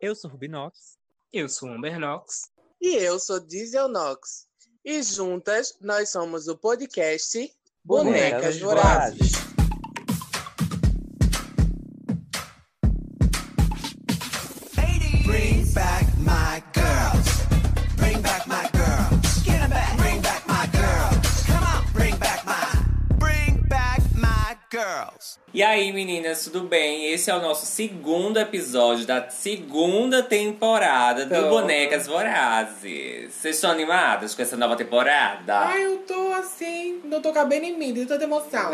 Eu sou Rubinox. Eu sou Amber Knox. E eu sou Diesel Knox. E juntas nós somos o podcast Bonecas, Vorazes. Bring back my girls. Bring back my girls. Get 'em back. Bring back my girls. Come on. Bring back my. Bring back my girls. E aí, meninas, tudo bem? Esse é o nosso segundo episódio da segunda temporada do Tô. Bonecas Vorazes. Vocês estão animadas com essa nova temporada? Ai, eu tô assim, não tô cabendo em mim, de tanta emoção.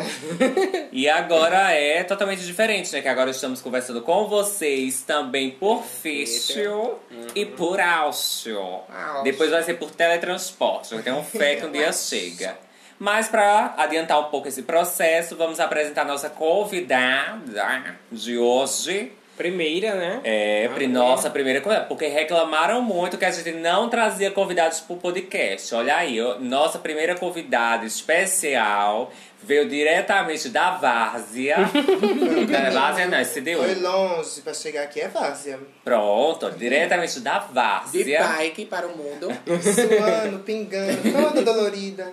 E agora é totalmente diferente, né? Que agora estamos conversando com vocês também por fício e por áudio. Depois vai ser por teletransporte. Tem um fé que um dia chega. Mas pra adiantar um pouco esse processo, vamos apresentar nossa convidada de hoje. Primeira, né? É, Ah, pri- nossa primeira convidada. Porque reclamaram muito que a gente não trazia convidados pro podcast. Olha aí, ó, nossa primeira convidada especial veio diretamente da Várzea. da Várzea não, é Foi SDU. longe pra chegar aqui, é várzea. Pronto, ó, diretamente da De Várzea. bike para o mundo. Suando, pingando, toda dolorida.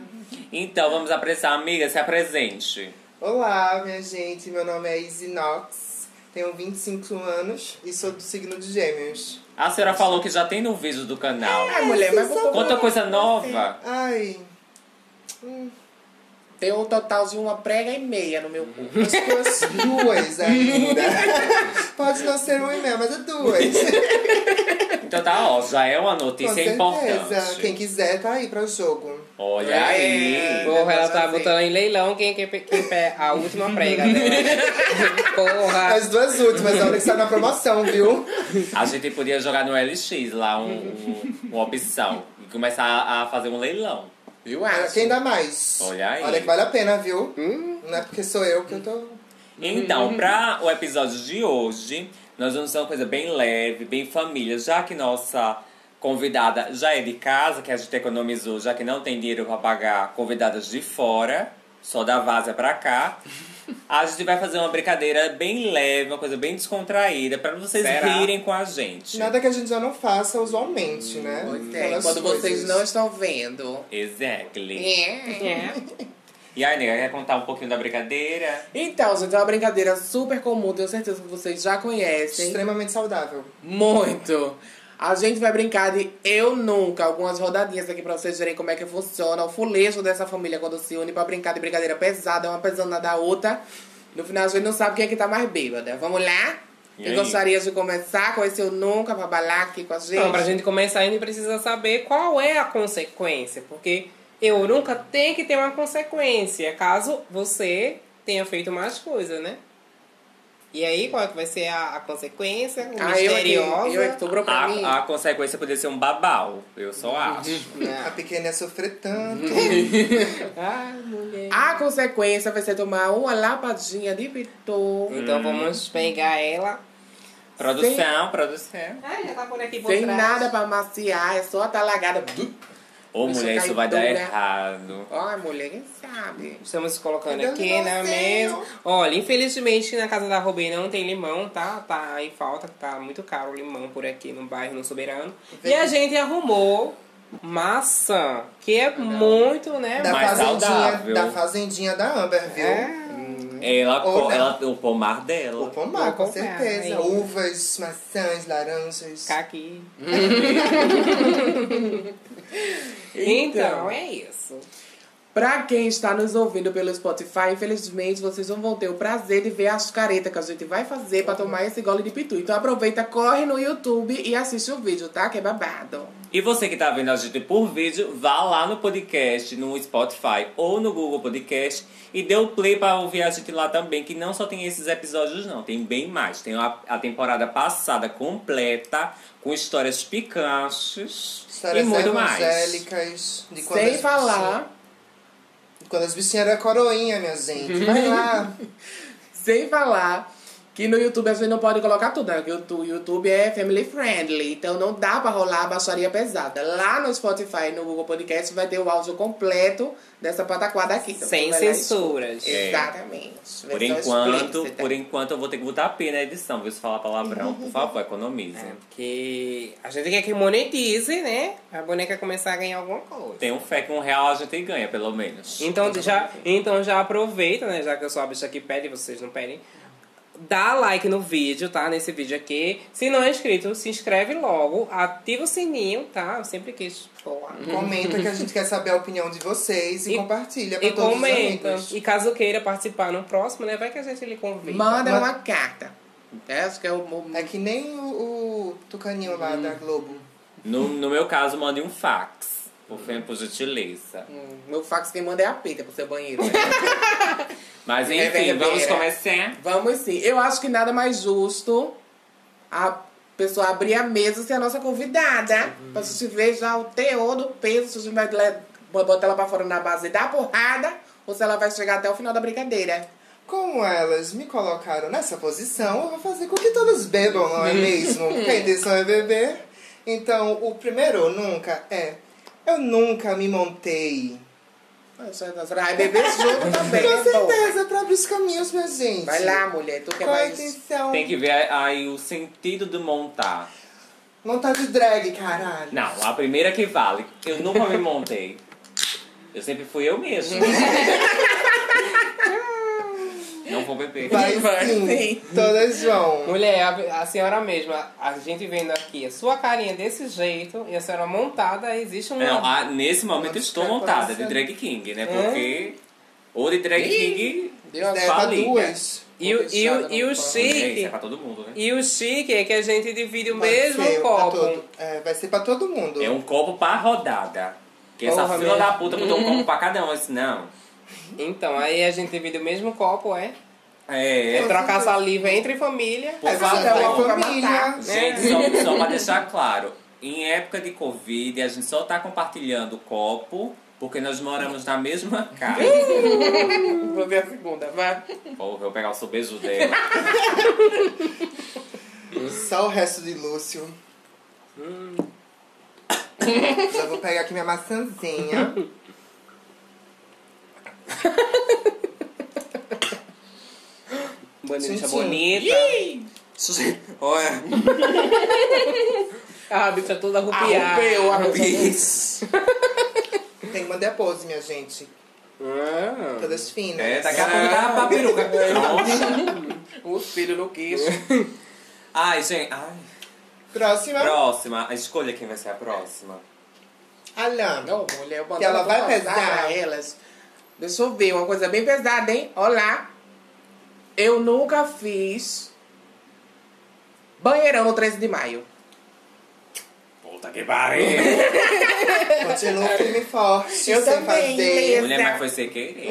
Então vamos apressar, amiga, se apresente. Olá, minha gente, meu nome é Izzy Knox, tenho 25 anos e sou do signo de Gêmeos. A senhora falou que já tem no vídeo do canal. É, Ai, mulher, mas vou... Conta coisa nova. Ai, tem um total de uma prega e meia no meu cu. acho que umas duas ainda. Pode não ser uma e meia, mas é duas. Então tá, ó, já é uma Com notícia certeza. importante. Quem quiser tá aí pra jogo. Olha aí. É, Porra, ela já tá sei. botando em leilão quem, quem, quem pé a última prega dela. Porra. As duas últimas, a hora que está na promoção, viu? A gente podia jogar no LX lá um, um- uma opção e começar a, a fazer um leilão. Eu acho. Quem dá mais? Olha aí. Olha que vale a pena, viu? Não é porque sou eu que eu tô Então, para o episódio de hoje, nós vamos fazer uma coisa bem leve, bem família, já que nossa convidada já é de casa, que a gente economizou, já que não tem dinheiro para pagar convidadas de fora, só da vaza para cá. A gente vai fazer uma brincadeira bem leve, uma coisa bem descontraída, para vocês Será? rirem com a gente. Nada que a gente já não faça usualmente, né? Pois é, Aquelas quando vocês coisas. não estão vendo. Exactly. É. E aí, nega, quer contar um pouquinho da brincadeira? Então, gente, é uma brincadeira super comum, tenho certeza que vocês já conhecem. Extremamente saudável. Muito! A gente vai brincar de Eu Nunca, algumas rodadinhas aqui pra vocês verem como é que funciona o fulejo dessa família quando se une pra brincar de brincadeira pesada, uma pesando da outra. No final a gente não sabe quem é que tá mais bêbada. Vamos lá? E Quem aí? gostaria de começar com esse Eu Nunca pra balar aqui com a gente? Não, pra gente começar, a gente precisa saber qual é a consequência. Porque eu nunca tem que ter uma consequência, caso você tenha feito mais coisa, né? E aí, qual é que vai ser a, a consequência? O Ah, eu aqui, misteriosa? eu aqui, sobrou pra mim. Uhum. A, a consequência poderia ser um babau, eu só acho. A pequena ia sofrer tanto. Ai, mulher. A consequência vai ser tomar uma lapadinha de pitou. Hum. Então vamos pegar ela. Produção, produção. Ai, já tá por aqui por Sem trás. nada pra maciar, é só tá lagada. Ô, Isso mulher, isso vai dar caiu dura. errado. Ai, mulher, quem sabe? Estamos colocando Cadê o aqui na limãozinho? mesa. Olha, infelizmente na casa da Robin não tem limão, tá? Tá em falta, tá muito caro o limão por aqui no bairro, no Soberano. E a gente arrumou maçã, que é Ah, muito, né? é. Da Mais fazendinha, saudável. da fazendinha da Amber, viu? Uhum. Ela, Ou po- não. ela- o pomar dela. O pomar, Vou com comprar, certeza. hein? Uvas, maçãs, laranjas. Ficar aqui. então, é isso. Pra quem está nos ouvindo pelo Spotify, infelizmente vocês não vão ter o prazer de ver as caretas que a gente vai fazer pra tomar esse gole de pitu. Então aproveita, corre no YouTube e assiste o vídeo, tá? Que é babado. E você que tá vendo a gente por vídeo, vá lá no podcast, no Spotify ou no Google Podcast e dê o play pra ouvir a gente lá também, que não só tem esses episódios não, tem bem mais. Tem a, a temporada passada completa, com histórias picantes Histórias e muito mais. evangélicas. De quando Sem as falar, bichinhas- Quando as bichinhas eram coroinha, minha gente. Vai lá. sem falar Que no YouTube as pessoas não podem colocar tudo, né? Porque o tu- YouTube é family friendly, então não dá pra rolar a baixaria pesada. Lá no Spotify, no Google Podcast, vai ter o áudio completo dessa pataquada aqui. Então, Sem tu vai lá e censuras. escuta. É. Exatamente. É. um Por Versão enquanto, explícita. por enquanto eu vou ter que botar P na edição, viu? Se falar palavrão, por favor, economize. É, porque a gente quer que monetize, né? A boneca começar a ganhar alguma coisa. Tem um fé que um real a gente ganha, pelo menos. Então já, então já aproveita, né? Já que eu sou a bicha que pede, vocês não pedem. Dá like no vídeo, tá? Nesse vídeo aqui. Se não é inscrito, se inscreve logo. Ativa o sininho, tá? Eu sempre quis falar. Comenta que a gente quer saber a opinião de vocês e, E- compartilha com E todos comenta. os amigos. E caso queira participar no próximo, né? Vai que a gente lhe convida. Manda Mas- uma carta. É, acho que é o. o- É que nem o, o tucaninho lá da Globo. No, no meu caso, mande um fax. Por, favor, por gentileza. Hum, Meu fax quem manda é a peita pro seu banheiro. Mas É enfim, verdadeira. vamos começar. Vamos sim. Eu acho que nada mais justo a pessoa abrir a mesa ser a nossa convidada. Uhum. Pra se ver já o teor do peso, se a gente vai le- botar ela pra fora na base da porrada ou se ela vai chegar até o final da brincadeira. Como elas me colocaram nessa posição, eu vou fazer com que todos bebam, não é mesmo? Porque a intenção é beber. Então, o primeiro nunca é. Eu nunca me montei. Ah, isso é- Você vai beber junto também. Com né, pô? certeza, para abrir os caminhos, minha gente. Vai lá, mulher. Tu quer Qual a mais. intenção? Tem que ver aí o sentido do montar. Montar de drag, caralho. Não, a primeira que vale. Eu nunca me montei. Eu sempre fui eu mesmo. Não vou beber. Vai, Vai sim. sim. Todas João. Mulher, a, a senhora mesma, a gente vendo aqui a sua carinha desse jeito e a senhora montada, existe uma. Não, ah, nesse momento eu estou montada de drag descaracterizando. king, É? né? Porque ou de drag king Deu a Deve pra falei, duas. E, o- e, o- e o é, isso é chique. pra todo mundo, né? E o chique é que a gente divide o Vai mesmo ser pra copo. todo- é, vai ser pra todo mundo. É um copo pra rodada. Que essa Porra, fila meu. da puta botou um copo pra cada um, assim, não. Então, aí a gente divide o mesmo copo, é? É É, é. trocar saliva entre família. Por Essa já tá favor. uma família. Gente, só, só pra deixar claro, em época de Covid, a gente só tá compartilhando o copo, porque nós moramos na mesma casa. Vou ver a segunda, vai. Porra, eu vou pegar o sobejo dela. Só o resto de Lúcio. Hum. Já vou pegar aqui minha maçãzinha. tá Bandeja Tchim, tchim. bonita. Olha. a bicha toda Ah, arrupiada. Arrupeu, arrupeu. Tem que mandar pose, minha gente. Ah. Todas finas. É, daqui a pouco dá pra peruca. Nossa. O filho no queixo. Ai, gente. Ai. é Próxima. Próxima. Escolha quem vai ser a próxima. Alana. Não, mulher, eu Que ela vai pesar. pesar elas. Deixa eu ver, uma coisa bem pesada, hein? Olá. Eu nunca fiz banheirão no 13 de maio. Puta que pariu. Continua firme e forte. Eu sem também, fazer. Mulher, mas foi sem querer.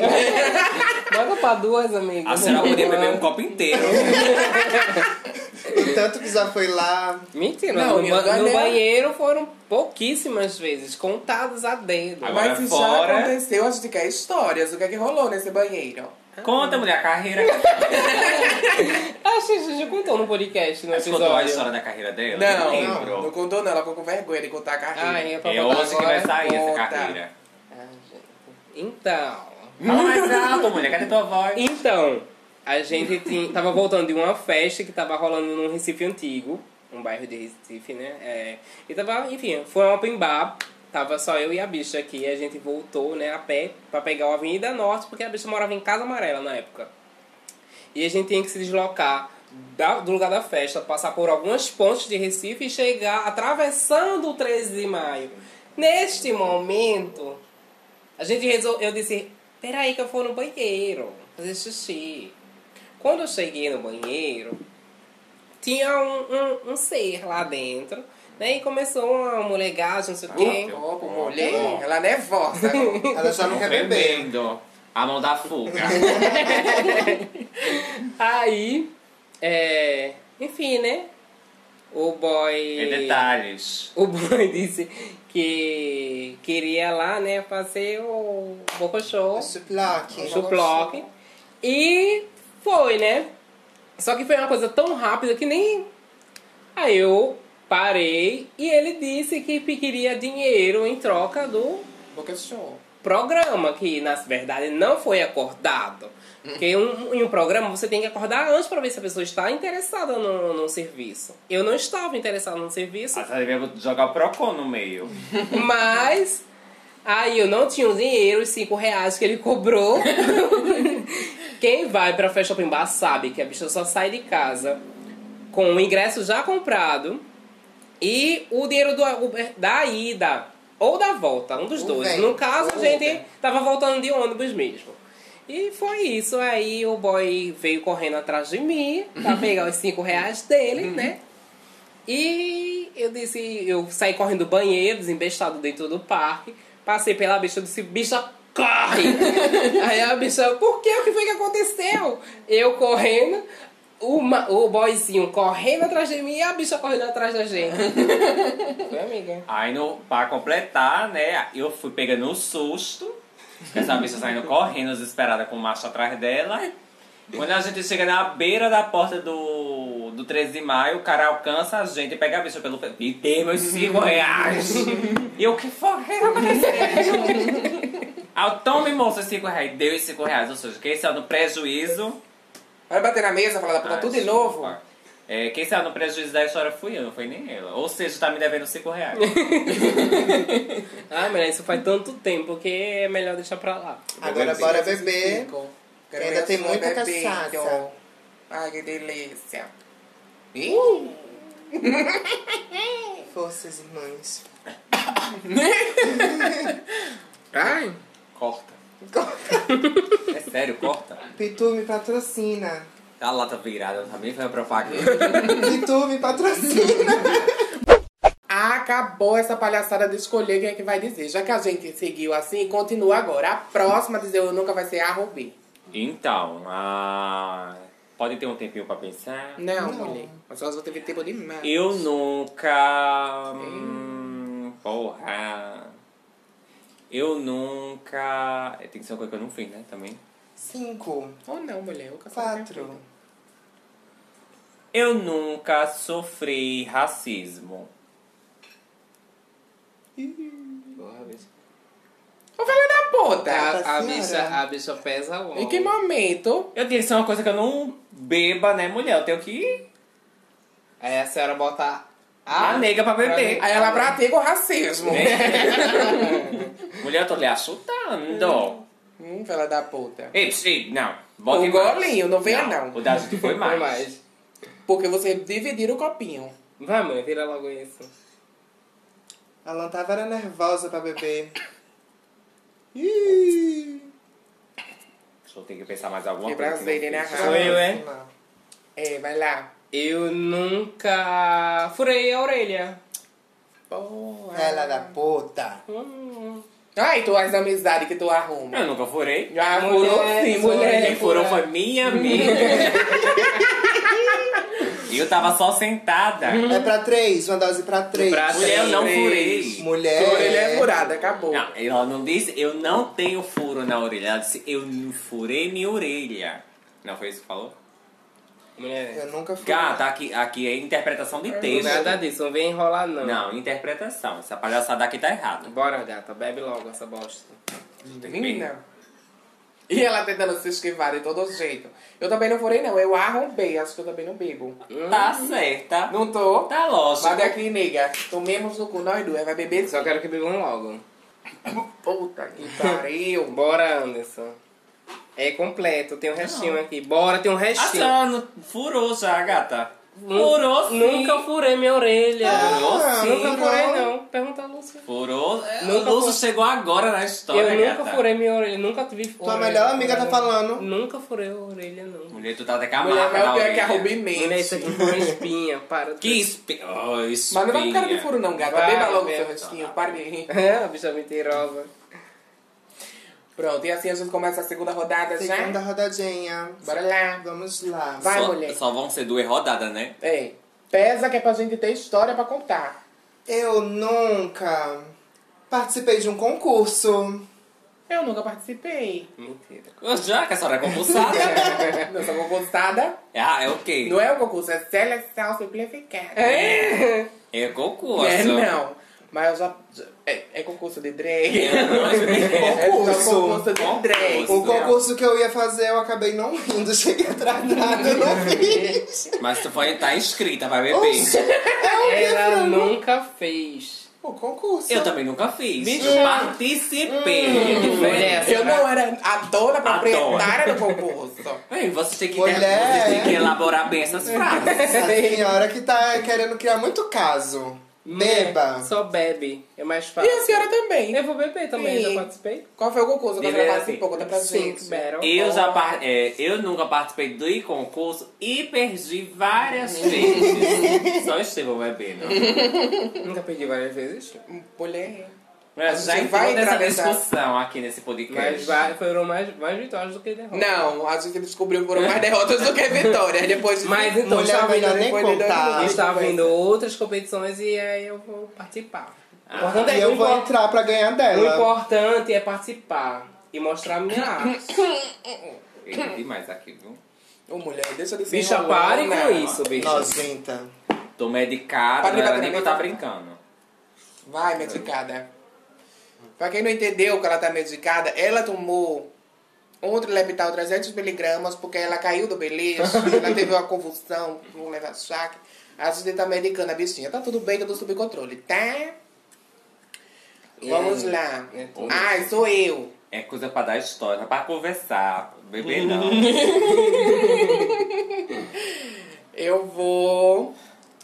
Bora pra duas, amigas. A senhora podia beber um copo inteiro. O tanto que já foi lá. Mentira, Não, no, minha ba- no galera- banheiro foram pouquíssimas vezes, contadas a dedo. Agora- Mas se fora- já aconteceu, a gente quer histórias. O que é que rolou nesse banheiro? Conta, mulher, a carreira. Acho que a gente Ah, já contou no podcast, no Mas contou a episódio. história da carreira dela? Eu Não, não, lembro. não contou não. Ela ficou com vergonha de contar a carreira. Ai, é pra É contar hoje que vai agora? sair essa conta. carreira. Ah, gente. Então... Fala mais alto, mulher. Cadê tua voz? Então, a gente tinha, tava voltando de uma festa que tava rolando num Recife Antigo, um bairro de Recife, né? É, e tava, enfim, foi um open bar, tava só eu e a bicha aqui, e a gente voltou, né, a pé, pra pegar a Avenida Norte, porque a bicha morava em Casa Amarela na época. E a gente tinha que se deslocar da- do lugar da festa, passar por algumas pontes de Recife e chegar atravessando o 13 de maio. Neste momento, a gente resolveu. Eu disse: peraí, que eu vou no banheiro fazer xixi. Quando eu cheguei no banheiro, tinha um, um, um ser lá dentro, né? E começou uma molegagem, não sei o quê. Ô, pô, mulher, ela é nervosa. Ela já não quer beber. Bebendo. A mão da fuga. Aí, é, enfim, né? O boy. É detalhes. O boy disse que queria lá, né, fazer o bocochô. Chuplock. Chuplock. E foi, né? Só que foi uma coisa tão rápida que nem. Aí eu parei e ele disse que queria dinheiro em troca do Boca show. programa, que na verdade não foi acordado. Porque um- em um programa você tem que acordar antes para ver se a pessoa está interessada no, no serviço. Eu não estava interessada no serviço, Ah, Você devia jogar o Procon no meio. mas aí eu não tinha o dinheiro, os cinco reais que ele cobrou. Quem vai pra festa open bar sabe que a bicha só sai de casa com o ingresso já comprado e o dinheiro do, Uber- da ida ou da volta, um dos Uber, dois. No caso, a gente Uber. tava voltando de ônibus mesmo. E foi isso. Aí o boy veio correndo atrás de mim pra pegar os cinco reais dele, né? E eu disse, eu saí correndo do banheiro, desembestado dentro do parque, passei pela bicha, eu disse, bicha, corre! Aí a bicha, por que? O que foi que aconteceu? Eu correndo, o ma- o boyzinho correndo atrás de mim e a bicha correndo atrás da gente. foi, amiga? Aí, no, pra completar, né, eu fui pegando um susto. com Essa bicha saindo correndo, desesperada, com o macho atrás dela. Quando a gente chega na beira da porta do, do 13 de maio, o cara alcança a gente e pega a bicha pelo pé. E tem meus cinco reais! e eu, que foi? O que tá acontecendo? Aí, eu, tome, moça, os cinco reais. Deu os cinco reais. Ou seja, quem saiu no prejuízo... Vai bater na mesa, falar da puta, Ah, Tá tudo de desculpa. novo. É, quem saiu no prejuízo da história fui eu, não foi nem ela. Ou seja, tá me devendo cinco reais. Ai, Ah, mulher, isso faz tanto tempo que é melhor deixar pra lá. Agora bora beber. Ainda tem muita cachaça. Ai, que delícia. Forças irmãs. Ai. Corta. É sério, corta. Pitu me patrocina. A lata virada também foi uma propaganda. Pitu me patrocina. Acabou essa palhaçada de escolher quem é que vai dizer. Já que a gente seguiu assim, continua agora. A próxima a dizer eu nunca vai ser a Rubi. Então, ah, pode ter um tempinho pra pensar. Não, mulher. Mas nós vamos ter tempo demais. Eu nunca. hum, porra. Eu nunca. é, Tem que ser uma coisa que eu não fiz, né? Também. Cinco, Ou não, mulher. Eu cansei da minha quatro, vida. Eu nunca sofri racismo. Ô, filha Tá da puta. Nossa A, a senhora. bicha, a bicha pesa o Tá, Em que momento? Eu tenho que ser uma coisa que eu não beba, né, mulher? Eu tenho que. Aí É, a senhora bota A nega Ah, pra beber. Aí Tá ela pratica o racismo. Mulher, eu tô lhe achutando. Hum, filha da puta. Ei, pss, ei, não. Bota O em mais. golinho, não venha não. O da gente foi mais. mais. Porque você dividir o copinho. Vai, mãe, vira logo isso. A Alan tava era nervosa pra beber. Ih, Só tem que pensar mais alguma Que coisa. que prazer, não né, fiz. Rafa? Sou eu, é? próxima. É, vai lá. Eu nunca furei a orelha. Boa. Ela é da puta. Hum. Ai, tu as amizades que tu arruma. Eu nunca furei. Já né? furou sim, mulher. Quem furou foi minha amiga. E eu tava só sentada. É pra três, uma dose pra três. Pra mulher, eu não três. furei. Mulher. Tua orelha é furada, acabou. Não, ela não disse, eu não tenho furo na orelha. Ela disse, eu não furei minha orelha. Não foi isso que falou? Mulher, Eu nunca fui. Gata, aqui, aqui é interpretação de texto. nada disso, não vem enrolar não. Não, interpretação. Essa palhaçada aqui tá errada. Bora, gata, bebe logo essa bosta. Menina. E ela tentando se esquivar de todo jeito. Eu também não furei, não. Eu arrombei. Acho que eu também não bebo. Tá certa. Não tô. Tá lógico. Vai daqui, nega. Tomemos no cu, nós duas. Vai beber Só quero que bebam logo. Puta que pariu. Bora, Anderson. É completo, tem um restinho aqui. Bora, tem um A restinho. senhora não furou já, gata. Nu- Furou sim. Nunca furei minha orelha. Furou Ah, sim. nunca furou. furei, não. Pergunta a Lúcia. Furou. É, Nunca o Lúcio furou. chegou agora na história, eu nunca gata. furei minha orelha, nunca tive Tua orelha. melhor amiga tá falando. Nunca furei a orelha, não. Mulher, tu tá até com a Mulher, marca mas na o pior é que orelha. a Rubi Mulher, isso mente. aqui foi uma espinha, para. Que espi... Oh, espinha. Mas não vai com cara de furo, não, gata. Vai, Beba logo bebe. seu rostinho. Pare de rir. É, a bicha mentirosa. Pronto, e assim a gente começa a segunda rodada Segunda já. rodadinha. Bora lá. Vamos lá. Vai, só, mulher. Só vão ser duas rodadas, né? Ei, pesa que é pra gente ter história pra contar. Eu nunca participei de um concurso. Eu nunca participei. Mentira. Já que a senhora é concursada. Não sou concursada. ah, é o quê? Não é o concurso, é seleção simplificada. É. É concurso. É, não. Mas eu já. já- É, é concurso de drag. É só Concurso. concurso de drag. O concurso que eu ia fazer, eu acabei não indo, cheguei atrasada, eu não fiz. Mas tu foi estar inscrita pra Oxe, beber. É um Ela nunca fez. o concurso. Eu também nunca fiz. Bicho. Eu participei. Hum. Que diferença. Eu não era a dona proprietária dona. do concurso. Ei, vocês têm que, Mulher. vocês têm que elaborar bem essas frases. Essa senhora que tá querendo criar muito caso. Né? Beba. Só bebe. É mais E fácil. a senhora também. Eu vou beber também, Sim. já participei. Qual foi o concurso? Que a Deveria senhora participou? Conta um pra Sim, gente. Battle. Eu, já par- é, eu nunca participei do concurso e perdi várias vezes. Só Estevão bebendo. É, Nunca perdi várias vezes. Hum, Mulher. Mas A já gente entrou vai nessa entrar nessa- discussão aqui nesse Mas podcast. vai- foram mais, mais vitórias do que derrotas. Não, a gente descobriu que foram mais derrotas do que vitórias. Depois de Mas então, Mulher, está melhor vindo, nem é. depois de dois contar. minutos. está vindo outras competições e aí eu vou participar. O Ah, importante E é- eu o vou impor- entrar pra ganhar o dela. importante é participar e mostrar a minha arte. Tem é demais aqui, viu? Ô, mulher, deixa de ser né? Bicha, enrolona. pare com isso, bicha. Nojenta. Tô medicado, Pode não me era bater nem que na eu tava minha brincando. Vai, medicada. Pra quem não entendeu que ela tá medicada, ela tomou um trileptal 300mg porque ela caiu do beleza, ela teve uma convulsão, um leva-chaque. A gente tá medicando a bichinha. Tá tudo bem, tudo sob controle, tá? Vamos lá. tudo. Ai, sou eu. É coisa pra dar história, pra conversar. Bebê não. Eu vou.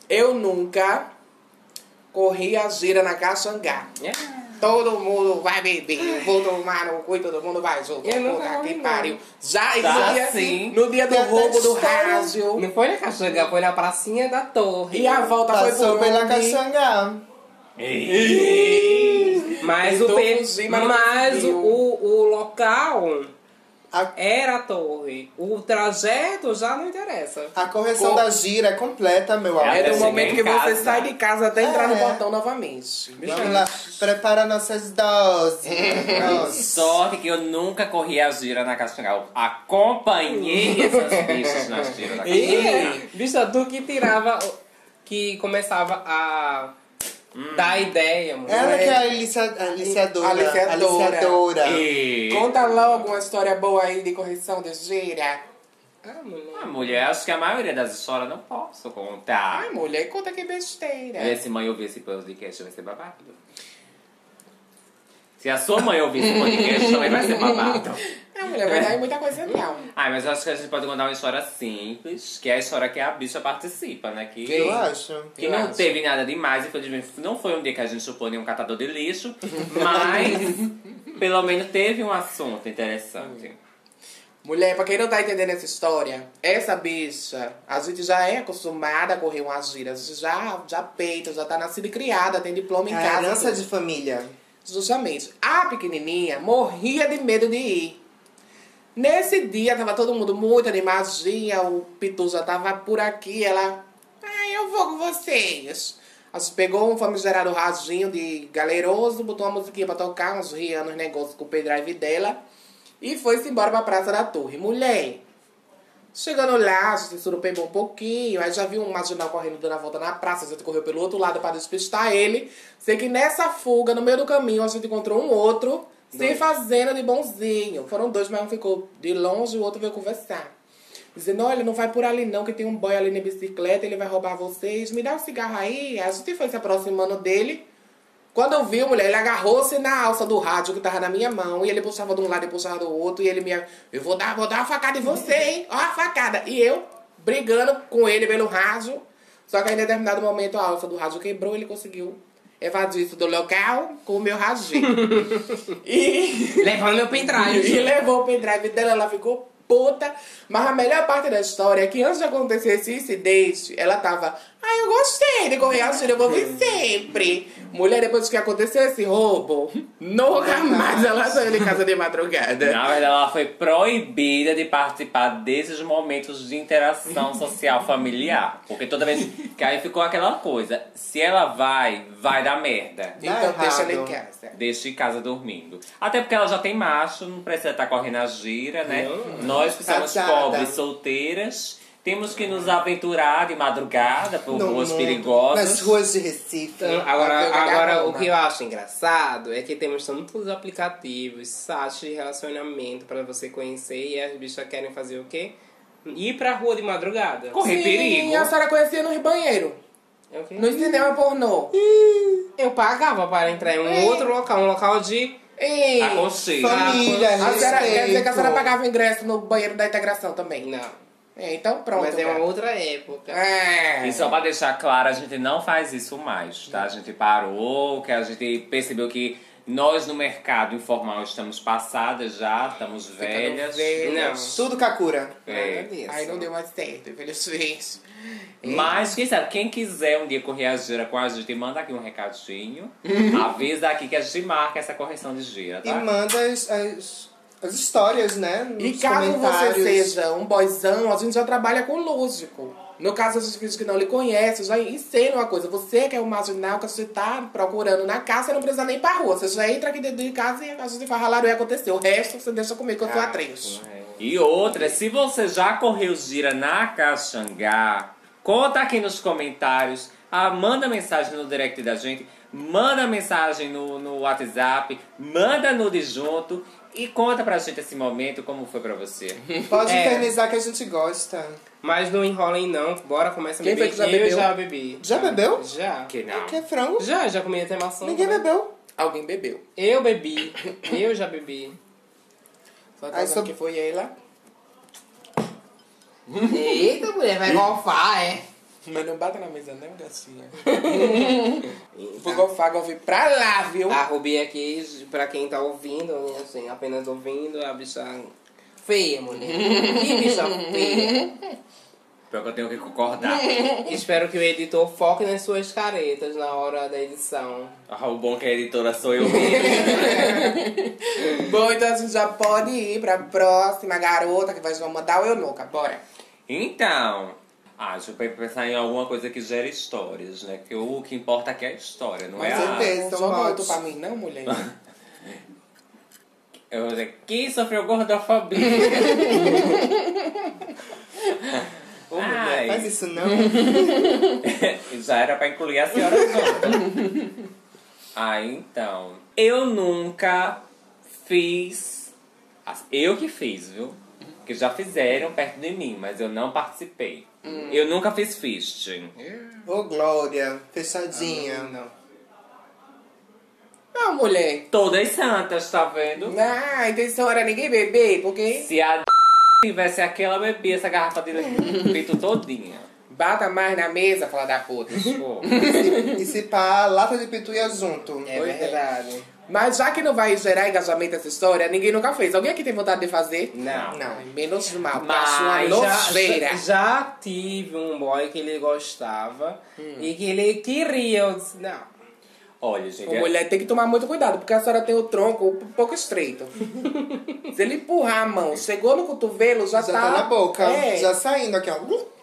Eu nunca corri a gira na Caxangá. É. Todo mundo vai beber, vou tomar no cu e todo mundo vai jogar. Eu nunca Puta que corri, pariu. Já Tá, no dia, sim. no dia do Tem até roubo do história. rádio. Não foi na Caxangá, foi na pracinha da torre. E a volta Passou Tá foi por pela onde? caxangá. Mas, o, Tentou pe- fugir, mas não mas o, conseguiu. o local A, era a torre. O trajeto já não interessa. a correção Co- da gira é completa, meu amor. É, Era o Até momento chegar que em você casa. sai de casa até entrar no É. portão novamente. Vamos lá, prepara nossas doses. Nossa. Sorte que eu nunca corri a gira na Castangal. Acompanhei essas bichas na gira da Castangal. E, bicha, tu É, que tirava, o- que começava a dar ideia, mulher. Ela que é a alicia- aliciadora. Aliciadora. Aliciadora. E... Conta logo uma história boa aí de correção de gira. Ah, mulher. Ah, mulher, acho que a maioria das histórias eu não posso contar. Ai, mulher, conta que besteira. Olha, se mãe ouvir esse podcast, vai ser babado. Se a sua mãe ouvir esse podcast, também vai ser babado. Ah, mulher, vai dar muita coisa não. Ah, mas eu acho que a gente pode contar uma história simples, que é a história que a bicha participa, né? Que, Eu acho. que eu não acho. teve nada demais, infelizmente. Não foi um dia que a gente chupou nenhum catador de lixo, mas pelo menos teve um assunto interessante. Mulher, pra quem não tá entendendo essa história, essa bicha, a gente já é acostumada a correr umas giras. A gente já, já peita, já tá nascida e criada, tem diploma em A casa. É, herança tudo. de família. Justamente. A pequenininha morria de medo de ir. Nesse dia, tava todo mundo muito animadinha, o Pitu já tava por aqui, ela... Ah, eu vou com vocês. A gente pegou um famigerado radinho de galeroso, botou uma musiquinha pra tocar, uns riando, uns negócios com o pendrive dela. E foi-se embora pra Praça da Torre. Mulher, Chegando lá, a gente surupebou um pouquinho, aí já viu um marginal correndo dando a volta na praça, a gente correu pelo outro lado para despistar ele. Sei que nessa fuga, no meio do caminho, a gente encontrou um outro se fazendo de bonzinho. Foram dois, mas um ficou de longe e o outro veio conversar. Dizendo, olha, não vai por ali não, que tem um boy ali na bicicleta, ele vai roubar vocês, me dá um cigarro aí. A gente foi se aproximando dele. Quando eu vi, mulher, ele agarrou-se na alça do rádio que tava na minha mão. E ele puxava de um lado e puxava do outro. E ele me... Eu vou dar, vou dar uma facada em você, hein? Ó a facada. E eu brigando com ele pelo rádio. Só que aí, em determinado momento, a alça do rádio quebrou. e Ele conseguiu evadir-se do local com o meu radinho. e... Levando meu pendrive. E levou o pendrive dela, ela ficou puta. Mas a melhor parte da história é que antes de acontecer esse incidente, ela tava. Ai, eu gostei de correr a gira, eu vou vir sempre. Mulher, depois que aconteceu esse roubo, nunca mais ela saiu de casa de madrugada. Na verdade, ela foi proibida de participar desses momentos de interação social familiar. Porque toda vez que aí ficou aquela coisa, se ela vai, vai dar merda. Então Tá deixa ela em errado. casa. Deixa em casa dormindo. Até porque ela já tem macho, não precisa estar correndo a gira, né? Nós que somos Casada. pobres, solteiras, temos que nos aventurar de madrugada por No ruas mundo, Nas perigosas. ruas de Recife. Até o Então, Agora, agora Gagarrona. o né? que eu acho engraçado é que temos tantos aplicativos, sites de relacionamento pra você conhecer e as bichas querem fazer o quê? Ir pra rua de madrugada. Correr Sim, perigo. a senhora conhecia nos banheiros, É o quê? nos cinema pornô. Eu pagava para entrar em um outro local, um local de. Ei, a Aconselho. Família, senhora, Ah, quer dizer que a senhora respeito. pagava ingresso no banheiro da integração também? Não. É, então pronto. mas é gata. uma outra época. É. E só pra deixar claro, a gente não faz isso mais, tá? A gente parou, que a gente percebeu que nós no mercado informal estamos passadas já, estamos velhas. velhas. Tudo Kakura. É. Nada disso. Aí não deu mais certo, infelizmente. Mas, quem sabe, quem quiser um dia correr a gira com a gente, manda aqui um recadinho. avisa aqui que a gente marca essa correção de gira, E tá? manda as, as, as histórias, né? Nos E caso comentários. você seja um boizão, a gente já trabalha com lógico. No caso dos filhos que não lhe conhecem, já ensina uma coisa. Você que é um marginal, que você tá procurando na casa, você não precisa nem ir pra rua. Você já entra aqui dentro de casa e a gente fala, "Laru, e aconteceu. O resto você deixa comigo, que eu sou atriz. E outra, se você já correu gira na Caxangá, conta aqui nos comentários, ah, manda mensagem no direct da gente, manda mensagem no, no WhatsApp, manda nude junto e conta pra gente esse momento, como foi pra você. Pode É. infernizar que a gente gosta. Mas não enrolem não, bora, começa a Quem beber. foi que já eu bebeu? já bebi. Já bebeu? Já. Que não. Quer é frango? Já, já comi até maçã. Ninguém também. bebeu. Alguém bebeu. Eu bebi. Eu já bebi. tá Só que Aí agora só- que foi ela, Eita, mulher, vai golfar, é? mas não bata na mesa, né, gatinha? Vou golfar, golfe pra lá, viu? A Rubi aqui, pra quem tá ouvindo, né, assim, apenas ouvindo, a bicha feia, mulher. Que bicha feia. Pior que eu tenho que concordar. Espero que o editor foque nas suas caretas na hora da edição. Ah, o bom que a editora sou eu mesmo. Bom, então a gente já pode ir pra próxima garota que vai mandar o eu nunca. Bora. Então, ah, deixa eu pe- pensar em alguma coisa que gera histórias, né? Porque o que importa aqui é a história, não Com é a... certeza. Não Então joga pode. outro Ah, pra mim, não, mulher. Eu vou dizer, quem sofreu gordofobia? Ô, mulher, Ai. Ah, faz isso não. Já era pra incluir a senhora toda. ah, então. Eu nunca fiz. as- Eu que fiz, viu? Que já fizeram perto de mim, mas eu não participei. Hum. Eu nunca fiz fisting. Ô, Glória, fechadinha. não. Não, mulher. Todas santas, tá vendo? Ah, a intenção era ninguém beber, porque Se a d- tivesse aquela bebia, essa garrafa de peito todinha. bata mais na mesa, fala da puta. Pô, E se pá, lata de pituia junto. É Pois é. verdade. Mas já que não vai gerar engajamento essa história, ninguém nunca fez. Alguém aqui tem vontade de fazer? Não. Ai, menos mal. Mas Mas uma já, nojeira. já, já tive um boy que ele gostava e que ele queria. Eu disse, não. Olha, gente. Ô, é- Mulher, tem que tomar muito cuidado, porque a senhora tem o tronco um pouco estreito. Se ele empurrar a mão, chegou no cotovelo, já, Já tá na boca. É. Já saindo aqui, ó. Hum,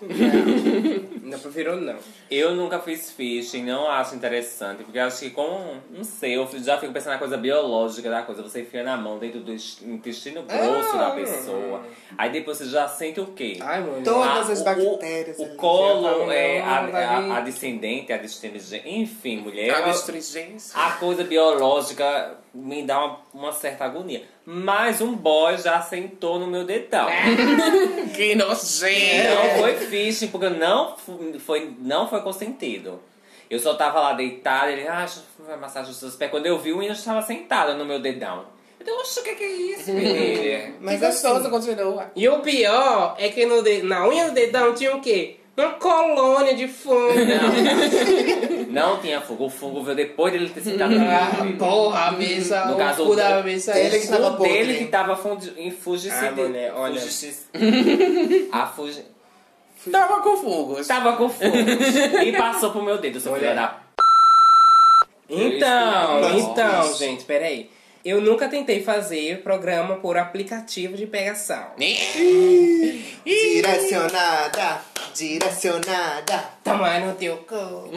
Não prefiro não. Eu nunca fiz fishing, não acho interessante, porque eu acho que como, não sei, eu já fico pensando na coisa biológica da coisa. Você enfia na mão dentro do est- intestino grosso Ah. da pessoa. Aí depois você já sente o quê? Ai, mulher. Todas Ah, as o- bactérias. O, né? tá ali. o colo, Não, é, a, vai. a, a descendente, a descendente, enfim, mulher. A eu- astringência. a coisa biológica me dá uma, uma certa agonia. Mas um boy já sentou no meu dedão. Que nojeira. Não foi fishing, porque não fu- foi, não foi consentido. Eu só tava lá deitada, ele, ah, deixa eu fazer uma massagem nos seus pés. Quando eu vi, o Windows estava sentado no meu dedão. Eu Então, dei, oxe, o que que é isso, menina? Que Mas gostoso, assim, continua. E o pior é que no de- na unha do dedão tinha o quê? Uma colônia de fungo. Não tinha fogo, o fogo veio depois dele ter sentado no Ah, meu dedo. porra, a Tá bicha. No o caso, cu da bicha. assim, ele é- que tava O dele podre. que tava fundi- em fugicida. Ah, mulher, olha. Fugici- A fugi... Tava com fogos. Tava com fogo e passou pro meu dedo, seu filho Olha. da... p***. Então, Nossa. então, gente, peraí. Eu nunca tentei fazer programa por aplicativo de pegação. Direcionada, direcionada. Tomar no teu cu.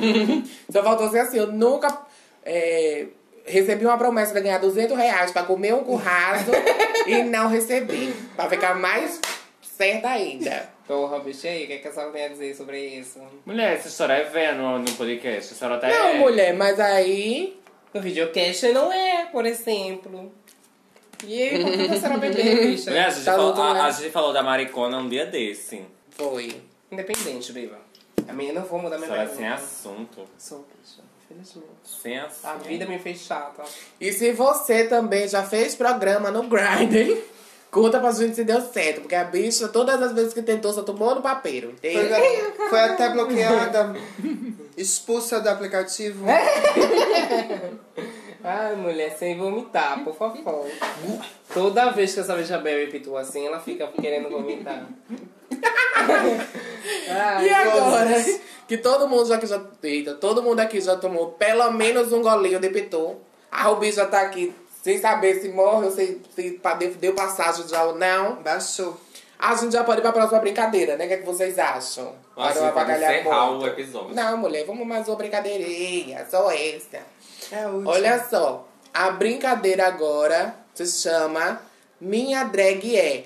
Só faltou ser assim, eu nunca é, recebi uma promessa de ganhar 200 reais pra comer um currado e não recebi. Pra ficar mais certa ainda. Porra, bicho, e aí, o que, é que a senhora tem a dizer sobre isso? Mulher, essa história é vendo no podcast. A senhora tá Não, é- mulher, mas aí... O videocast não é, por exemplo. E aí, por que você era bebê, bicha? Mulher, a gente, Tá falou, louco, né? Né, a, a gente falou da maricona um dia desse. Foi. Independente, beba. A minha não vou mudar A minha senhora pergunta. sem assunto. é? Sou, bicha. Infelizmente. Sem assunto. A vida me fez chata. E se você também já fez programa no Grindr, conta pra gente se deu certo. Porque a bicha, todas as vezes que tentou, só tomou no papeiro, Foi, entende? já- foi até bloqueada, expulsa do aplicativo. Ai, mulher, sem vomitar, por favor. Toda vez que essa bicha bebe pitu assim, ela fica querendo vomitar. E agora? Que todo mundo já que já. Eita, todo mundo aqui já tomou pelo menos um golinho de pitu. A Rubi já tá aqui sem saber se morre ou se, se pa- deu deu passagem já ou não. Baixou. A gente já pode ir pra próxima brincadeira, né? O que, é que vocês acham? Nossa, Para eu você pode avacalhar encerrar muito. o episódio. Não, mulher, vamos mais uma brincadeirinha, só essa. É o Olha só, a brincadeira agora se chama Minha Drag É.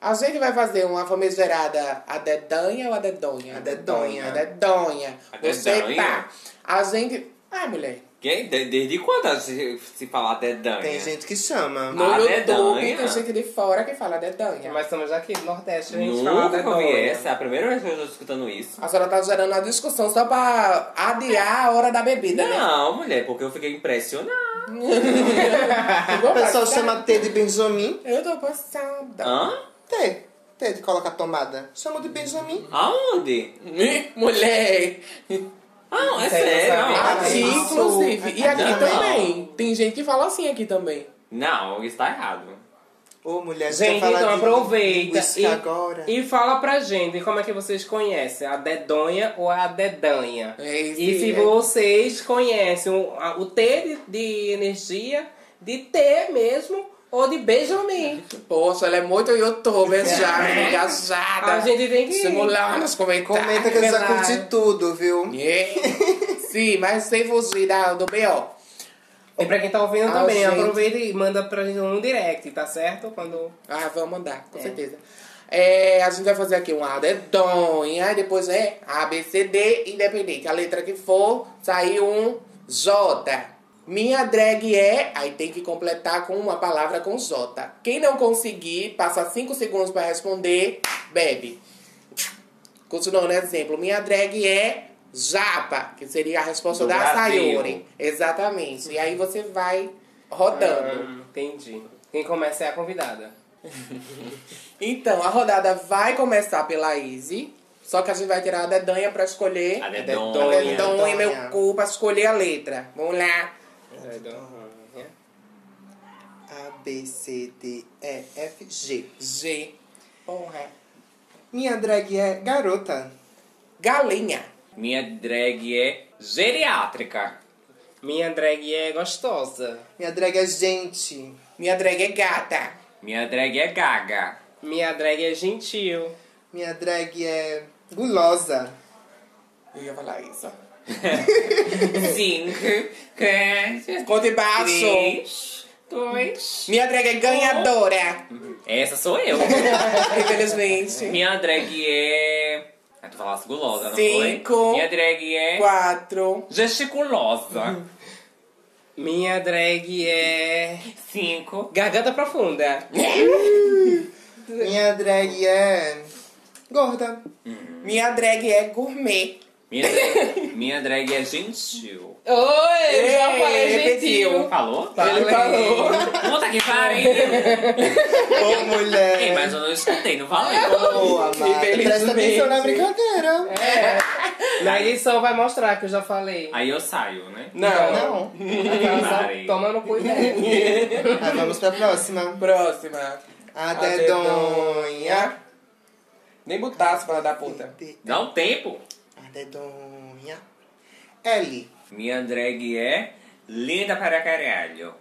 A gente vai fazer uma famigerada a dedanha ou a dedonha? A dedonha. A dedonha. A Você dedanha? tá. A gente. Ai, mulher. Quem? De- Desde quando a gente se falar dedanha? Tem gente que chama. No A YouTube dedanha? tem gente de fora que fala dedanha. Mas estamos aqui do Nordeste, né? a gente fala Nunca da que eu vi dona. essa. É a primeira vez que eu tô escutando isso. A senhora tá gerando uma discussão só pra adiar a hora da bebida, né? Não, mulher, porque eu fiquei impressionada. Eu vou O pessoal passar- chama T de Benjamin. Eu tô passada. Hã? T. T de coloca a tomada. Chama de Benjamin. Aonde? Mulher. Ah, é Isso aí eu sério. não sabia. Aqui, Não, isso. inclusive. E aqui Não. também. Tem gente que fala assim aqui também. não, isso tá errado. Ô, mulher, você Gente, quer falar então de aproveita linguística e, agora. e fala pra gente como é que vocês conhecem a dedonha ou a dedanha. É isso e se aí, né? vocês conhecem o, a- o T de, de energia, de T mesmo, ou de Benjamin. Poxa, ela é muito youtuber já, É. A engajada. gente tem que ir. Simular nos comentários. Comenta que eu já verdade. curti tudo, viu? Yeah. Sim, mas sem fugir da, do B.O. E pra quem tá ouvindo Ah, também, gente. aproveita e manda pra gente um direct, tá certo? Quando. Ah, vamos mandar, com certeza. É, a gente vai fazer aqui uma dedonha, e depois é A, B, C, D, independente. A letra que for, sair um J. Minha drag é, aí tem que completar com uma palavra com J. Quem não conseguir, passa 5 segundos pra responder, bebe. Continuando o exemplo, minha drag é japa, que seria a resposta Do da Brasil. Sayori. Exatamente. E aí você vai Tá. rodando. Ah. Hum, entendi. Quem começa é a convidada. Então, a rodada vai começar pela Izzy. Só que a gente vai tirar a dedanha pra escolher. A A dedonha. dedonha. dedanha, Então, meu cu, pra escolher a letra. Vamos lá. É, então, Dedonha. A, B, C, D, E, F, G. G. Porra. Minha drag é garota. Galinha. Minha drag é geriátrica. Minha drag é gostosa. Minha drag é gente. Minha drag é gata. Minha drag é gaga. Minha drag é gentil. Minha drag é gulosa. Eu ia falar isso. Cinco, quatro, Conta embaixo. três, dois. Minha drag é ganhadora. Essa sou eu. Infelizmente. Minha drag é. Ah, tu falasse gulosa, não Cinco. foi? Minha drag é. Quatro. Gesticulosa. Minha drag é. Cinco. Garganta profunda. Minha drag é gorda. Minha drag é gourmet. Minha drag, minha drag é gentil. Oi, eu já Ei, falei repetiu. gentil. Falou? Tá. Ele falou. Puta que pariu! Ô, mulher. Ei, mas eu não escutei, não valeu. Boa, amada. Presta atenção na brincadeira. Na edição vai mostrar que eu já falei. Aí eu saio, né? Não, Não. Parei. Toma no cu e bebe. Ah, vamos pra próxima. Próxima. A dedonha. dedonha Nem botasse pra dar puta. De- Dá um tempo. Dedonha. L. Minha drag é linda para caralho.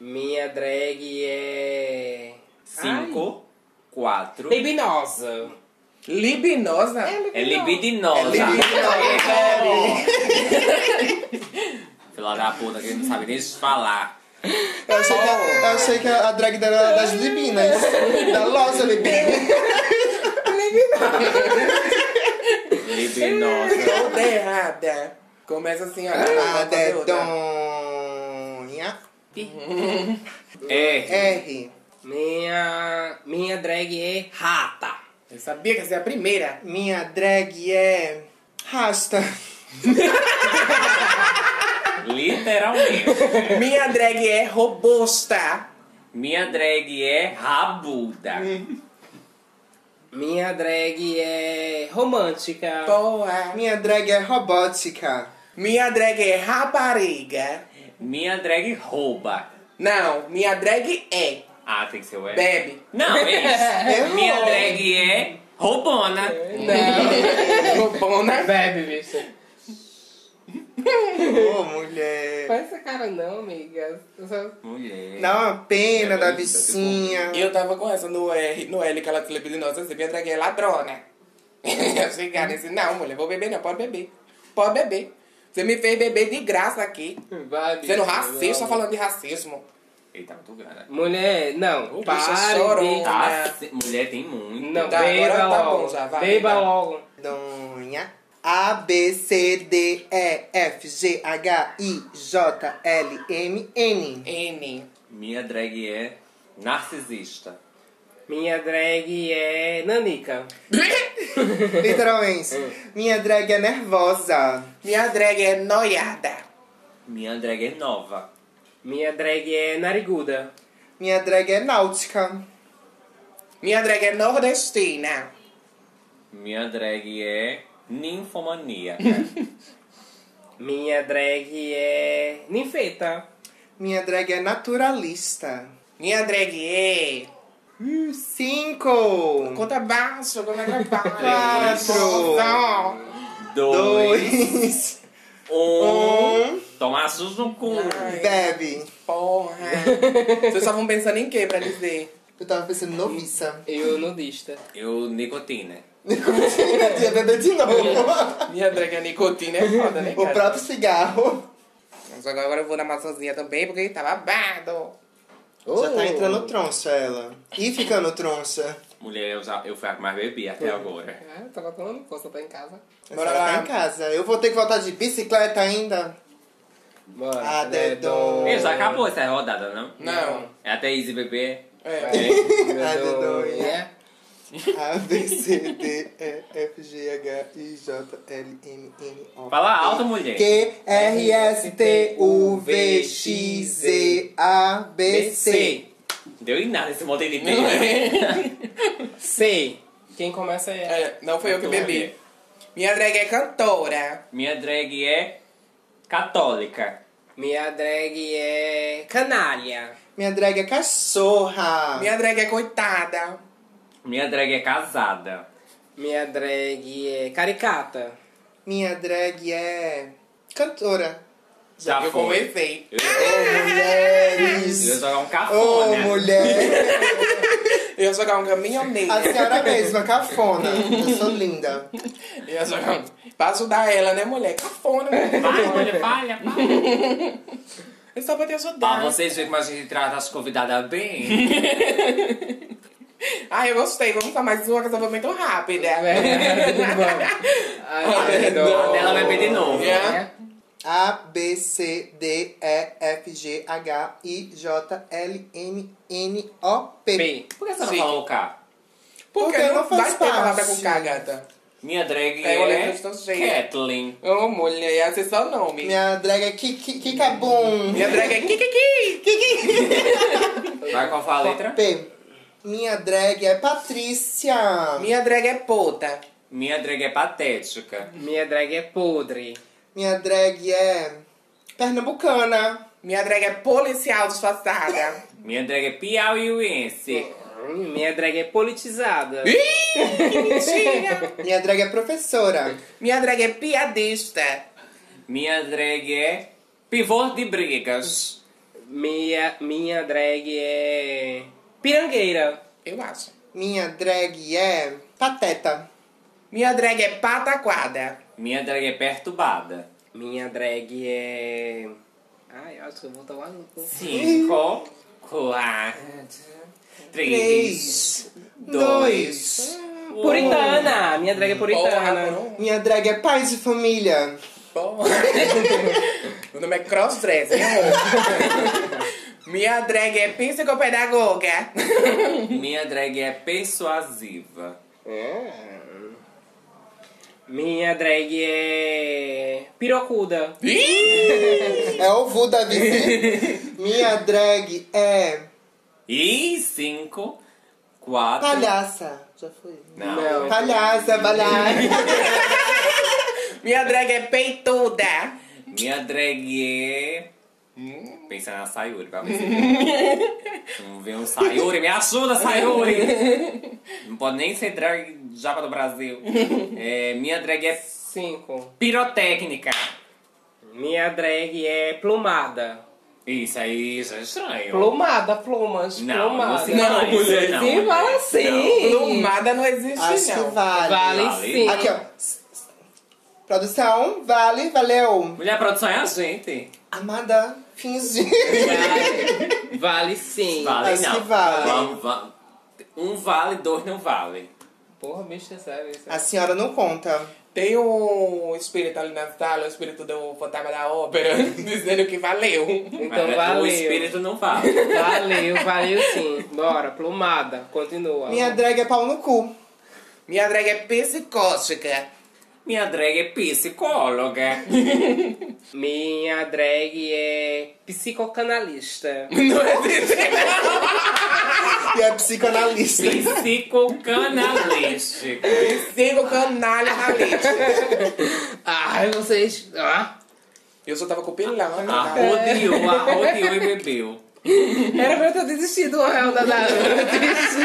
Minha drag é. Cinco, quatro. Ai, Libinosa. Libinosa? É libidinosa. L. Filha da puta que não sabe nem falar. Eu achei que a, eu achei que a drag dela era das Libinas. Da Losa Libina. Libidinosa. Toda Tá errada. Começa assim, Ah, olha. A vamos fazer outra. dedonha. É. R. Minha. Minha drag é rata. Eu sabia que essa é a primeira. Minha drag é. Rasta. Literalmente. Minha drag é robusta. Minha drag é rabuda. Minha drag é romântica. Boa. Minha drag é robótica. Minha drag é rapariga. Minha drag rouba. Não, minha drag é Ah, tem que ser o R. bebe. Não, É. é isso. Minha drag é roubona. Bobona. Bebe, bicho. Ô, mulher. Faz essa cara não, amiga. Eu só- Mulher. Dá uma pena É, da é isso, vicinha. Eu tava com essa no R, no L que ela se libidinosa, assim, minha drag é ladrona. Eu chegar nesse, não, mulher, vou beber não, pode beber. Pode beber. Você me fez beber de graça aqui. Vai, bicho. Sendo é racista, Vamos. falando de racismo. Ele tá muito grande. Mulher, não. Ô, Para. bicha de- chorona. Tá, se- mulher tem muito. Não, Tá, beba agora tá bom logo. já, vai, beba vai. logo. Donha. A, B, C, D, E, F, G, H, I, J, L, M, N. N. Minha drag é narcisista. Minha drag é Nanica. Literalmente. Minha drag é nervosa. Minha drag é noiada. Minha drag é nova. Minha drag é Nariguda. Minha drag é náutica. Minha drag é nordestina. Minha drag é ninfomania. Minha drag é Ninfeta. Minha drag é naturalista. Minha drag é. Hum, Cinco. Conta baixo, como é que é baixo? Quatro. Dois, Dois. um. Um. Tomar SUS no cu. Bebe. Porra. Vocês só vão pensando em quê pra dizer? Eu tava pensando noviça. Eu nudista. Eu, nicotina. Eu tinha beber de novo. Minha drag é nicotina, é foda, né? O cara? próprio cigarro. Mas agora eu vou na maçãzinha também, porque tá babado. Já tá entrando troncha ela. E ficando troncha. Mulher, eu, já, eu fui a que mais bebi até agora. Ah, É, tava tomando força, tá em casa. Bora Bora lá. lá. tá em casa. Eu vou ter que voltar de bicicleta ainda. Bora. Ah, né, dedão. Ei, já acabou essa rodada, não? Não. É até easy beber. É. Ah, dedonha. É. A, B, C, D, E, F, G, H, I, J, L, M, N, O. Fala alto, mulher. Q, R, S, T, U, V, X, Z, A, é. B, C. Deu em nada esse modelo é, inteiro. Sei. Quem começa é. É, não foi eu que bebi. Minha drag é cantora. Minha drag é católica. Minha drag é canalha. Minha drag é cachorra. Minha drag é coitada. Minha drag é casada. Minha drag é caricata. Minha drag é cantora. Já eu foi. comecei. Eu, Ô, eu mulheres. ia jogar um Ô, cafona. mulher. Eu ia jogar um caminhoneiro. A senhora mesma, cafona. Eu sou linda. Eu ia jogar um... Pra ajudar ela, né, mulher? Cafona, mulher. Vai, mulher, falha, falha. É só pra te Pra ajudar. vocês verem como a gente trata as convidadas bem. Ah, eu gostei. Vamos usar mais uma que essa foi muito rápida. É, Ah, A dela vai Ela ver de novo. né? Yeah. A, B, C, D, E, F, G, H, I, J, L, M, N, O, P. P. Por que você não Sim. falou o K? Porque, Porque não não vai faz ter palavra parte. com K, gata. Minha drag É, eu lembro, é eu estou cheia. Kathleen. Ô, mulher, ia ser só nome. Minha, Minha drag é Kikabum. drag é Kikiki. Vai qual foi a letra? P. Minha drag é Patrícia. Minha, Minha drag é puta. Minha drag é patética. Minha drag é podre. drag é Pernambucana. Minha drag é policial disfarçada. Minha drag é piauiense. Hum, minha drag é politizada. Mentira! Minha drag é professora. Minha drag é piadista. Minha drag é pivô de brigas. Minha, minha drag é. Pirangueira. Eu acho. Minha drag é pateta. Minha drag é pataquada. Minha drag é perturbada. Minha drag é. Ai, eu acho que eu vou tomar no cu. Cinco, quatro, três, dois. Dois. Puritana! Minha Hum, drag é puritana. Porra, Minha drag é pai de família. porra. Meu nome é Crossdresser. Minha drag é psicopedagoga. Minha drag é persuasiva. Hum. Minha drag é. Pirocuda. É o Vu da vida. Minha drag é E cinco, quatro. palhaça. Já foi. Não. é Não. Palhaça, palhaça. Minha drag é peituda. Minha drag é. Hum, Pensa na Sayuri pra ver se. Vamos ver um Sayuri. Me ajuda, Sayuri! Não pode nem ser drag japa do Brasil. É, minha drag é Cinco. pirotécnica. Minha drag é plumada. Isso aí já é estranho. Plumada, plumas. Não, plumada. você não, é mulher, não. Sim, fala sim. Lumada não existe, Acho não. que vale. Vale, Vale. sim. Aqui, ó. Produção, vale, valeu. Mulher produção é a gente. Amada, finge. Vale, vale sim. Vale Acho não. que vale. Vamos, vamos. Um vale, dois não vale. Porra, bicho, é sério isso. A senhora não conta. Tem um espírito ali na sala, o espírito do fantasma da ópera, dizendo que valeu. Então Mas valeu. É, O espírito não vale. Valeu, valeu sim. Bora, plumada. Continua. Minha drag é pau no cu. Minha drag é psicótica. Minha drag é psicóloga. Minha drag é psicocanalista. Não existe. E é psicanalista. Psicocanalístico. Cinco canalhas um na lista. Ai, vocês. Ah. Eu só tava com o pilão. Ah. Arrodeou, arrodeou e bebeu. Era pra eu ter desistido do réu da Daru. Eu desisti.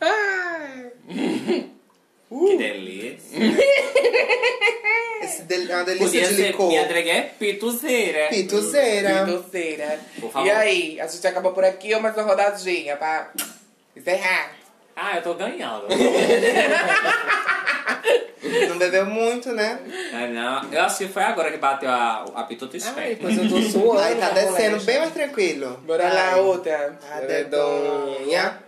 Ai. Que delícia. Esse del- é uma delícia Podia de ser, licor. minha drag é pituzeira. Pituzeira. Doceira. Por favor. E aí, a gente acaba por aqui ou mais uma rodadinha pra encerrar? Ah, eu tô ganhando. Não bebeu muito, né? Ah, não. Eu acho que foi agora que bateu a, a pituta Ai, esfera. depois eu tô suando. né, Aí tá na descendo moléstia. bem mais tranquilo. Bora lá, Ai. outra. A dedonha.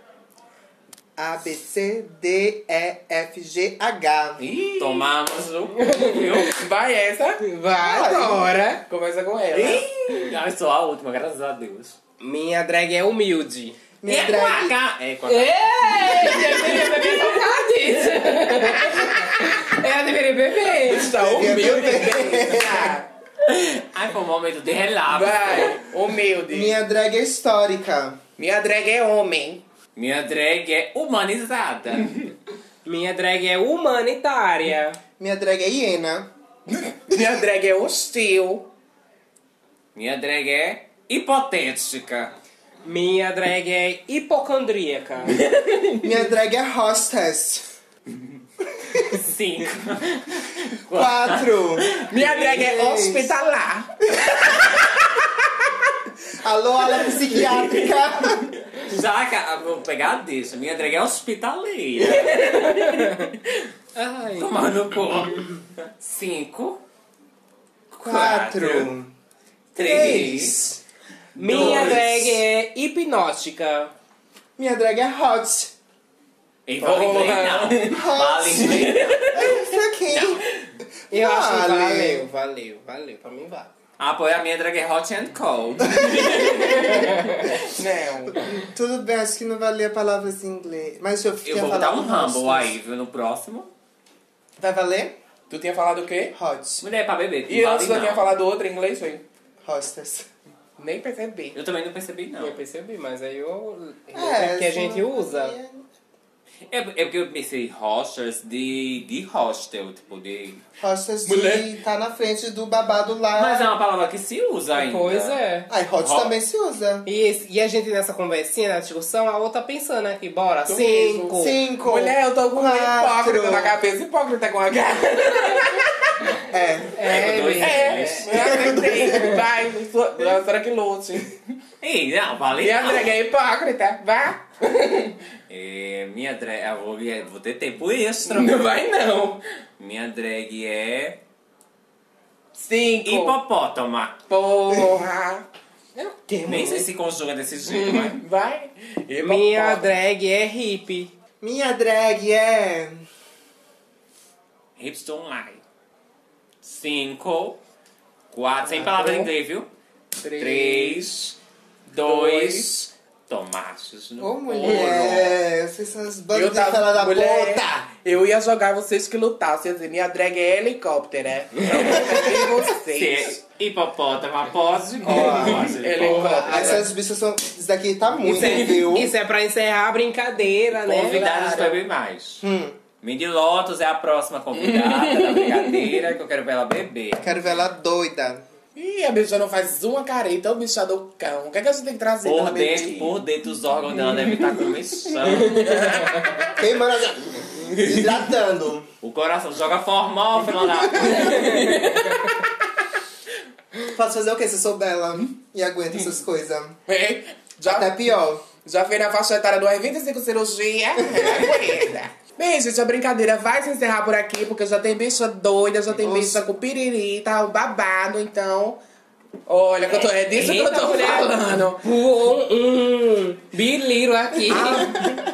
A, B, C, D, E, F, G, H. Ih, Tomamos o viu? Vai essa. Vai agora. Começa com ela. Ih, Ai, sou a última, graças a Deus. Minha drag é humilde. Minha é drag. com H. É, com H. Ela deveria beber. Está humilde. Ai, foi um momento de relapso. Vai, humilde. Minha drag é histórica. Minha drag é homem. Minha drag é humanizada. Minha drag é humanitária. Minha drag é hiena. Minha drag é hostil. Minha drag é hipotética. Minha drag é hipocondríaca. Minha drag é hostess. Cinco. Quatro. Minha drag é Três. hospitalar. Alô, ala psiquiátrica. Já que ah, vou pegar disso, minha drag é hospitaleira. Ai. Tomar no cu. Cinco. Quatro. Três. Três. Minha Dois. drag é hipnótica. Minha drag é hot. E vale inglês não. Vale inglês não. Fraquinho. Eu acho que Vale. valeu, valeu, valeu. Pra mim vale. Ah, pô, a minha drag é hot and cold. Não. Tudo bem, acho que não valia palavras em inglês. Mas eu Eu ia vou falar botar um Rumble hostess. aí, viu, no próximo. Vai valer? Tu tinha falado o quê? Hot. Mulher é pra beber, não E vale antes eu não. tinha falado outro em inglês, foi? Hostess. Nem percebi. Eu também não percebi, não. Eu percebi, mas aí eu. É, que a isso gente não usa. valia. É, é porque eu pensei hostels de, de hostel, tipo de. Hostas de Mulher. tá na frente do babado Ah. lá. Mas é uma palavra que se usa ainda. Pois é. Ai, hot Hot. também se usa. E, esse- e a gente nessa conversinha, na discussão, a outra pensando aqui, bora, Tô cinco. Cinco. Mulher, eu tô com um Quatro. hipócrita na cabeça. Hipócrita com a cara. É. É, Pega dois é. L's. Vai, vai. sua- Lançara que lute. Ei, não, E valeu. a drag é hipócrita. Vá. É, minha drag. Eu vou, eu vou ter tempo extra. Não vai, não. Minha drag é. Cinco. Hipopótama. Porra. Nem sei se conjuga desse jeito, mas. Vai. Hipopótamo. Minha drag é hippie. Minha drag é. Hips don't lie. Cinco. Quatro. Sem palavras em inglês, viu? Três. Dois. Tomates no Ô, bolo. mulher, vocês são as bandas Eu da tava da mulher, puta. Eu ia jogar vocês que lutassem. ia dizer, Minha drag é helicóptero, é? Eu vocês. Se é hipopótamo, pode. pode, Helicóptero. Porra, essas bichas são. Isso daqui tá muito, Isso é, viu? isso é pra encerrar a é brincadeira, né? Convidados Claro. bebem mais. Hum, Mindy Lotus é a próxima convidada da brigadeira que eu quero ver ela beber. quero ver ela doida. Ih, a bicha não faz uma careta, o bicho tá do cão. O que, é que a gente tem que trazer Por pra dentro, beber? por dentro os órgãos dela devem estar começando. Queimando as. Hidratando. O coração joga formal, filha da... Posso fazer o quê se eu sou bela e aguento essas coisas? Hein? Já, Até pior. já fez na faixa etária do 25 cirurgia. Aguenta. Bem, gente, a brincadeira vai se encerrar por aqui, porque já tem bicha doida, já tem Nossa. bicha com piriri, tá um babado, então. Olha, que eu tô, é disso que eu Eita, tô mulher. falando. Voou um biliro aqui.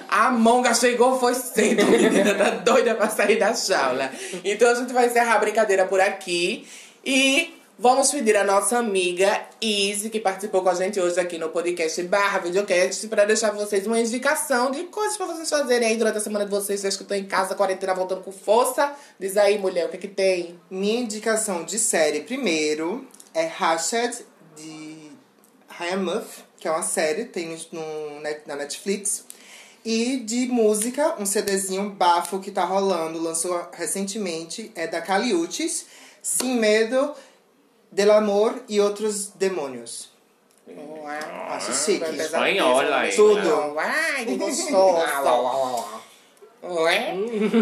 Ah, A monga chegou, foi cedo, menina. Tá doida pra sair da jaula. Então a gente vai encerrar a brincadeira por aqui. E vamos pedir a nossa amiga Izzy, que participou com a gente hoje aqui no podcast barra videocast, pra deixar pra vocês uma indicação de coisas pra vocês fazerem aí durante a semana de vocês. Vocês que estão em casa, quarentena, voltando com força. Diz aí, mulher, o que que tem? Minha indicação de série primeiro é Hatched de Ryan Muff, que é uma série, tem no, net- na Netflix. E de música, um CDzinho bafo que tá rolando, lançou recentemente, é da Caliutes, Sem Medo, Del Amor e Outros Demônios. Acho Vai chique. pesar espanhola aí, peso, Tudo. né? Ai, que gostoso. Ué?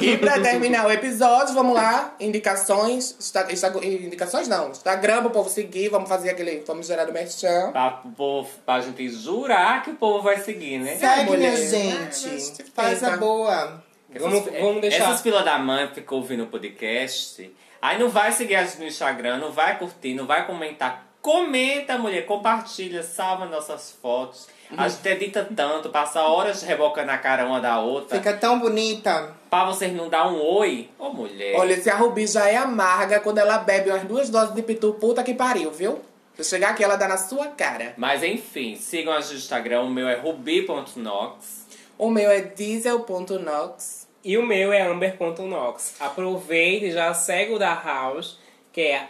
E pra terminar o episódio, vamos lá. Indicações. Insta- Insta- indicações não. Instagram pro povo seguir. Vamos fazer aquele. Vamos gerar do merchan. Pra, o povo- pra gente jurar que o povo vai seguir, né? Segue, minha É, mulher. Ah, mas gente. tenta. Faz a boa. Vamos, vamos deixar. Essas filhas da mãe ficou ouvindo o podcast. Aí não vai seguir a gente no Instagram, não vai curtir, não vai comentar. Comenta, mulher, compartilha, salva nossas fotos. A gente edita tanto, passa horas rebocando a cara uma da outra. Fica tão bonita. Pra vocês não dar um oi. Ô, mulher. Olha, se a Rubi já é amarga quando ela bebe umas duas doses de pitu, puta que pariu, viu? Se eu chegar aqui, ela dá na sua cara. Mas enfim, sigam a gente no Instagram. O meu é rubi.nox. O meu é diesel.nox. E o meu é amber.nox. Aproveita e já segue o da House, que é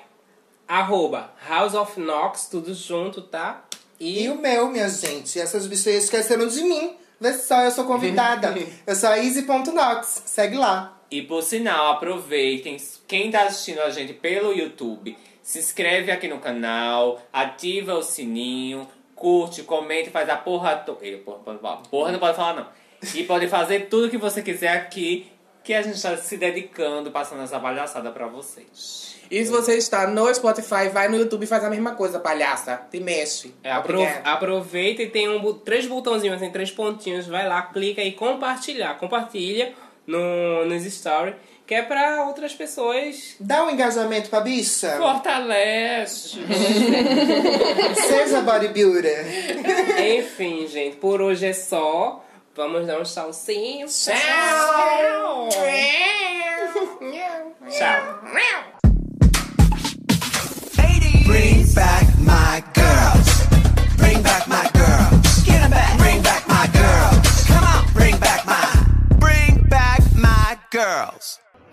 arroba House of Nox, tudo junto, tá? E o meu, minha gente, essas bichas esqueceram de mim. Vê só, eu sou convidada. eu sou a Easy.nox. Segue lá. E por sinal, aproveitem. Quem tá assistindo a gente pelo YouTube, se inscreve aqui no canal, ativa o sininho, curte, comenta, faz a porra toda. Porra, porra, porra, porra, não pode falar não. E pode fazer tudo que você quiser aqui, que a gente tá se dedicando, passando essa palhaçada pra vocês. E se você está no Spotify, vai no YouTube e faz a mesma coisa, palhaça. Te mexe. É, apro- Obrigada. aproveita e tem um, bu- três botãozinhos, assim, três pontinhos. Vai lá, clica e compartilhar. Compartilha no, nos stories, que é pra outras pessoas. Dá um engajamento pra bicha. Fortalece! Seja bodybuilder. Enfim, gente, por hoje é só. Vamos dar um tchauzinho. Tchau! Tchau!